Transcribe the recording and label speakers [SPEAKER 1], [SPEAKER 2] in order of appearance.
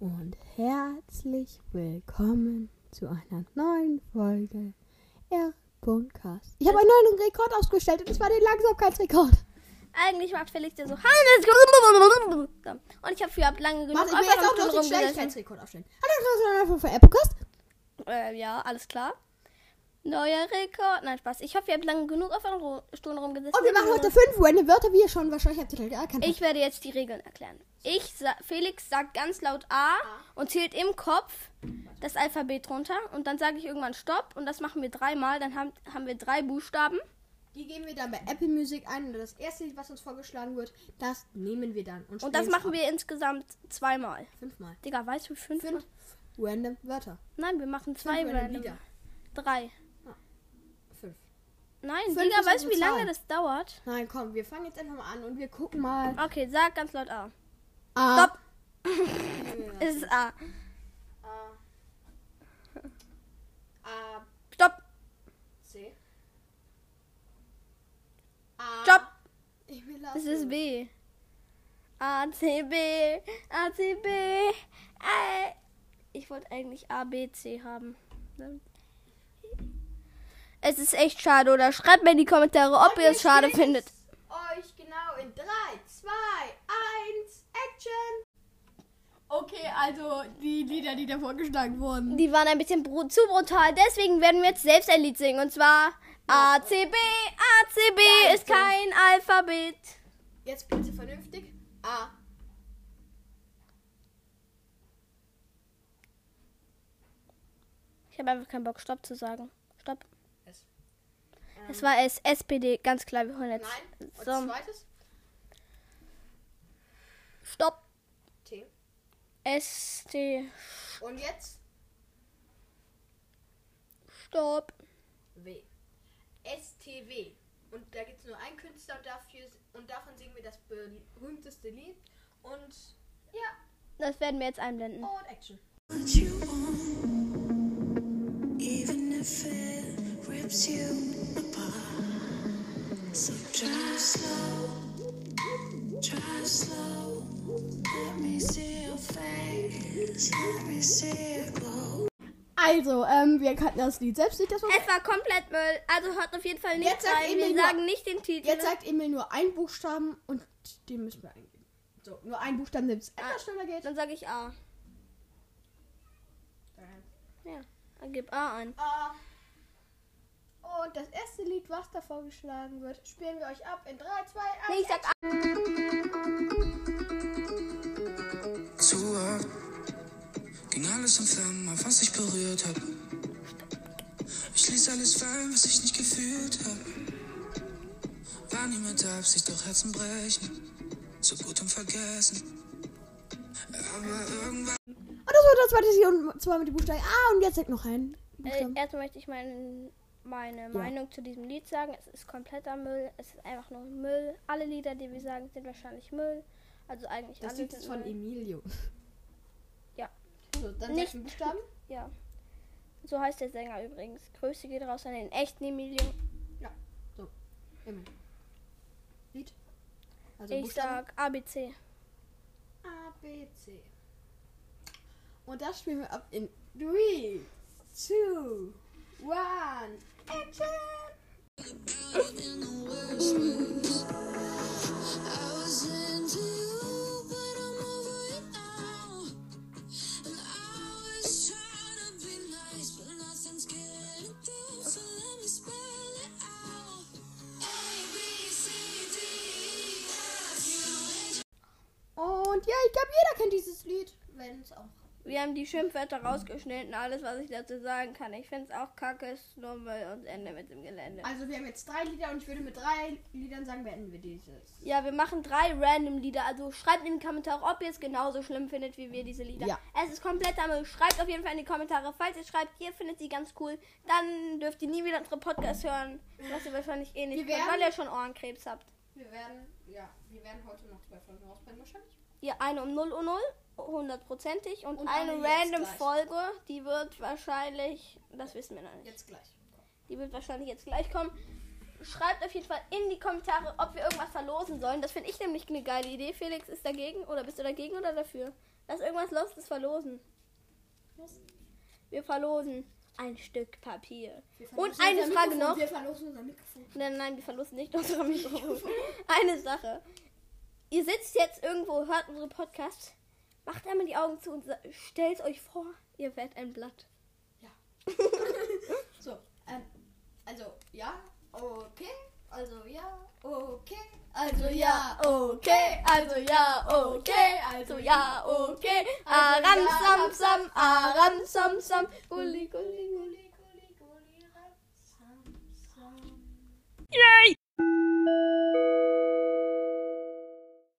[SPEAKER 1] und herzlich willkommen zu einer neuen Folge Erdbundcast. Ich habe einen neuen Rekord aufgestellt und das war den Langsamkeitsrekord.
[SPEAKER 2] Eigentlich macht Felix ja so. Hannes- So. Und ich habe für ab lange genug.
[SPEAKER 1] Warte, ich will
[SPEAKER 2] einfach
[SPEAKER 1] jetzt auch
[SPEAKER 2] nur
[SPEAKER 1] noch den
[SPEAKER 2] rumgesessen.
[SPEAKER 1] Schnelligkeitsrekord aufstellen. Hallo, das ist eine Applecast.
[SPEAKER 2] Äh, ja, alles klar. Neuer Rekord. Nein, Spaß. Ich hoffe, ihr habt lange genug auf einer Ru- Stunde rumgesessen.
[SPEAKER 1] Und wir machen heute fünf random Wörter, wie ihr schon wahrscheinlich habt ihr erkannt. habt.
[SPEAKER 2] Ich werde jetzt die Regeln erklären. Ich sa Felix sagt ganz laut A und zählt im Kopf das Alphabet runter. Und dann sage ich irgendwann Stopp. Und das machen wir dreimal. Dann haben, haben wir drei Buchstaben.
[SPEAKER 1] Die geben wir dann bei Apple Music ein und das erste Lied, was uns vorgeschlagen wird, das nehmen wir dann.
[SPEAKER 2] Und das machen wir insgesamt zweimal.
[SPEAKER 1] fünfmal.
[SPEAKER 2] Digga, weißt du, wie fünf?
[SPEAKER 1] Fünf random Wörter.
[SPEAKER 2] Nein, wir machen zwei
[SPEAKER 1] random
[SPEAKER 2] random.
[SPEAKER 1] Lieder.
[SPEAKER 2] Drei.
[SPEAKER 1] Fünf.
[SPEAKER 2] Nein,
[SPEAKER 1] Fünf
[SPEAKER 2] Digga,
[SPEAKER 1] ist
[SPEAKER 2] weißt du, wie
[SPEAKER 1] unsere
[SPEAKER 2] lange
[SPEAKER 1] Zahl.
[SPEAKER 2] das dauert?
[SPEAKER 1] Nein, komm, wir fangen jetzt einfach mal an und wir gucken mal.
[SPEAKER 2] Okay, sag ganz laut A.
[SPEAKER 1] Ah,
[SPEAKER 2] Stopp. Es ist A.
[SPEAKER 1] A. A.
[SPEAKER 2] Stopp.
[SPEAKER 1] C. A.
[SPEAKER 2] Stopp.
[SPEAKER 1] Ich
[SPEAKER 2] Es ist B. A, C, B. A, C, B. A. Ich wollte eigentlich A, B, C haben. Es ist echt schade, oder? Schreibt mir in die Kommentare, ob ihr es schade findet.
[SPEAKER 1] Euch genau in 3, 2, 1, Action! Okay, also die Lieder, die da vorgeschlagen wurden.
[SPEAKER 2] Die waren ein bisschen bru zu brutal, deswegen werden wir jetzt selbst ein Lied singen. Und zwar A, C, B. A, C, B
[SPEAKER 1] Nein,
[SPEAKER 2] ist kein Alphabet.
[SPEAKER 1] Jetzt bitte vernünftig. A.
[SPEAKER 2] Ich habe einfach keinen Bock, Stopp zu sagen. Stopp.
[SPEAKER 1] S.
[SPEAKER 2] Es war S, SPD, ganz klar. Wir holen jetzt.
[SPEAKER 1] Ähm, Nein. Und
[SPEAKER 2] So,
[SPEAKER 1] zweites
[SPEAKER 2] Stopp.
[SPEAKER 1] T.
[SPEAKER 2] S, T,
[SPEAKER 1] Und jetzt
[SPEAKER 2] Stopp.
[SPEAKER 1] W. STW. Und da gibt es nur einen Künstler und, dafür, und davon singen wir das berühmteste Lied. Und ja,
[SPEAKER 2] Das werden wir jetzt einblenden.
[SPEAKER 3] Oh.
[SPEAKER 1] und Action.
[SPEAKER 4] what you want, even if it rips you apart. So drive slow, drive slow. Let me see your face, let me see it glow.
[SPEAKER 3] Also, ähm, wir kannten das Lied selbst nicht, das war
[SPEAKER 2] Es war komplett Müll. Also hört auf jeden Fall nicht
[SPEAKER 3] Jetzt sagt
[SPEAKER 2] rein. Wir
[SPEAKER 3] Emil nur-
[SPEAKER 2] sagen nicht den Titel.
[SPEAKER 3] Jetzt sagt Emil nur einen Buchstaben und den müssen wir eingeben. So, nur einen Buchstaben, damit es
[SPEAKER 2] Ah.
[SPEAKER 3] etwas schneller geht.
[SPEAKER 2] Dann sage ich A. Ja, dann gib A ein.
[SPEAKER 1] A.
[SPEAKER 3] Ah. Und das erste Lied, was da vorgeschlagen wird, spielen wir euch ab in 3, 2, 1.
[SPEAKER 2] Nee, ich sag A.
[SPEAKER 4] Zu ging alles in Flammen, auf was ich berührt hab. Ich ließ alles fallen, was ich nicht gefühlt hab. War nie mit Absicht, doch Herzen brechen, so gut im Vergessen. Aber irgendwann
[SPEAKER 3] Und das war das zweite Lied und zwar mit dem Buchstaben A und jetzt sagt noch ein
[SPEAKER 2] Äh,
[SPEAKER 3] Buchstaben.
[SPEAKER 2] erstmal möchte ich mein, meine Meinung zu diesem Lied sagen. Es ist kompletter Müll. Es ist einfach nur Müll. Alle Lieder, die wir sagen, sind wahrscheinlich Müll. Also eigentlich
[SPEAKER 3] das
[SPEAKER 2] alle
[SPEAKER 3] Lied ist
[SPEAKER 2] sind
[SPEAKER 3] von
[SPEAKER 2] Müll.
[SPEAKER 3] Emilio.
[SPEAKER 2] Ja.
[SPEAKER 3] So, Also, dann
[SPEAKER 2] Nicht-
[SPEAKER 3] nicht den Buchstaben.
[SPEAKER 2] Ja. So heißt der Sänger übrigens. Grüße geht raus an den echten Emilio.
[SPEAKER 3] Emil. Lied. Also
[SPEAKER 2] Ich
[SPEAKER 3] Buchstaben
[SPEAKER 2] sag ABC.
[SPEAKER 3] A, B, C. Und das spielen wir ab in 3, 2, 1, Action!
[SPEAKER 4] in the worst moods, I was into you, but I'm over it now. And I was trying to be nice, but nothing's getting through, so let me spell it out. A, B, C, D, E, F, U, H,
[SPEAKER 3] Und ja, ich glaube, jeder kennt dieses Lied. Wenn es auch.
[SPEAKER 2] Wir haben die Schimpfwörter rausgeschnitten, alles, was ich dazu sagen kann. Ich finde es auch kacke, ist nur Müll und Ende mit dem Gelände.
[SPEAKER 3] Also, wir haben jetzt drei Lieder und ich würde mit drei Liedern sagen, beenden wir dieses.
[SPEAKER 2] Ja, wir machen drei random Lieder. Also schreibt in die Kommentare, ob ihr es genauso schlimm findet wie wir diese Lieder.
[SPEAKER 3] Ja.
[SPEAKER 2] Es ist kompletter Müll. Schreibt auf jeden Fall in die Kommentare. Falls ihr schreibt, ihr findet sie ganz cool, dann dürft ihr nie wieder unsere Podcasts hören. Was ihr wahrscheinlich eh nicht
[SPEAKER 3] Wir
[SPEAKER 2] könnt, weil
[SPEAKER 3] werden-
[SPEAKER 2] ihr schon Ohrenkrebs habt.
[SPEAKER 3] Wir werden, ja, wir werden heute noch zwei Folgen rausbringen, wahrscheinlich.
[SPEAKER 2] Ja, eine um 0 Uhr 0, hundertprozentig. Und,
[SPEAKER 3] Und
[SPEAKER 2] eine
[SPEAKER 3] eine jetzt
[SPEAKER 2] random
[SPEAKER 3] gleich.
[SPEAKER 2] Folge, die wird wahrscheinlich, das wissen wir noch nicht.
[SPEAKER 3] Jetzt gleich.
[SPEAKER 2] Die wird wahrscheinlich jetzt gleich kommen. Schreibt auf jeden Fall in die Kommentare, ob wir irgendwas verlosen sollen. Das finde ich nämlich eine geile Idee. Felix ist dagegen oder bist du dagegen oder dafür? Lass irgendwas Lostes verlosen. Wir verlosen ein Stück Papier. Und eine Frage noch.
[SPEAKER 1] Wir verlosen unser Mikrofon.
[SPEAKER 2] Nein, nein, wir verlosen nicht unsere Mikrofon. Eine Sache. Ihr sitzt jetzt irgendwo, hört unseren Podcast, macht einmal die Augen zu und sa- stellt euch vor, ihr werdet ein Blatt.
[SPEAKER 1] So, ähm, also ja, okay, also ja, okay, also ja, okay, also ja, okay, also ja, okay,
[SPEAKER 2] Aram,
[SPEAKER 1] also
[SPEAKER 2] sam, sam, aram, sam, sam. Gulli, gulli, gulli.
[SPEAKER 1] ja.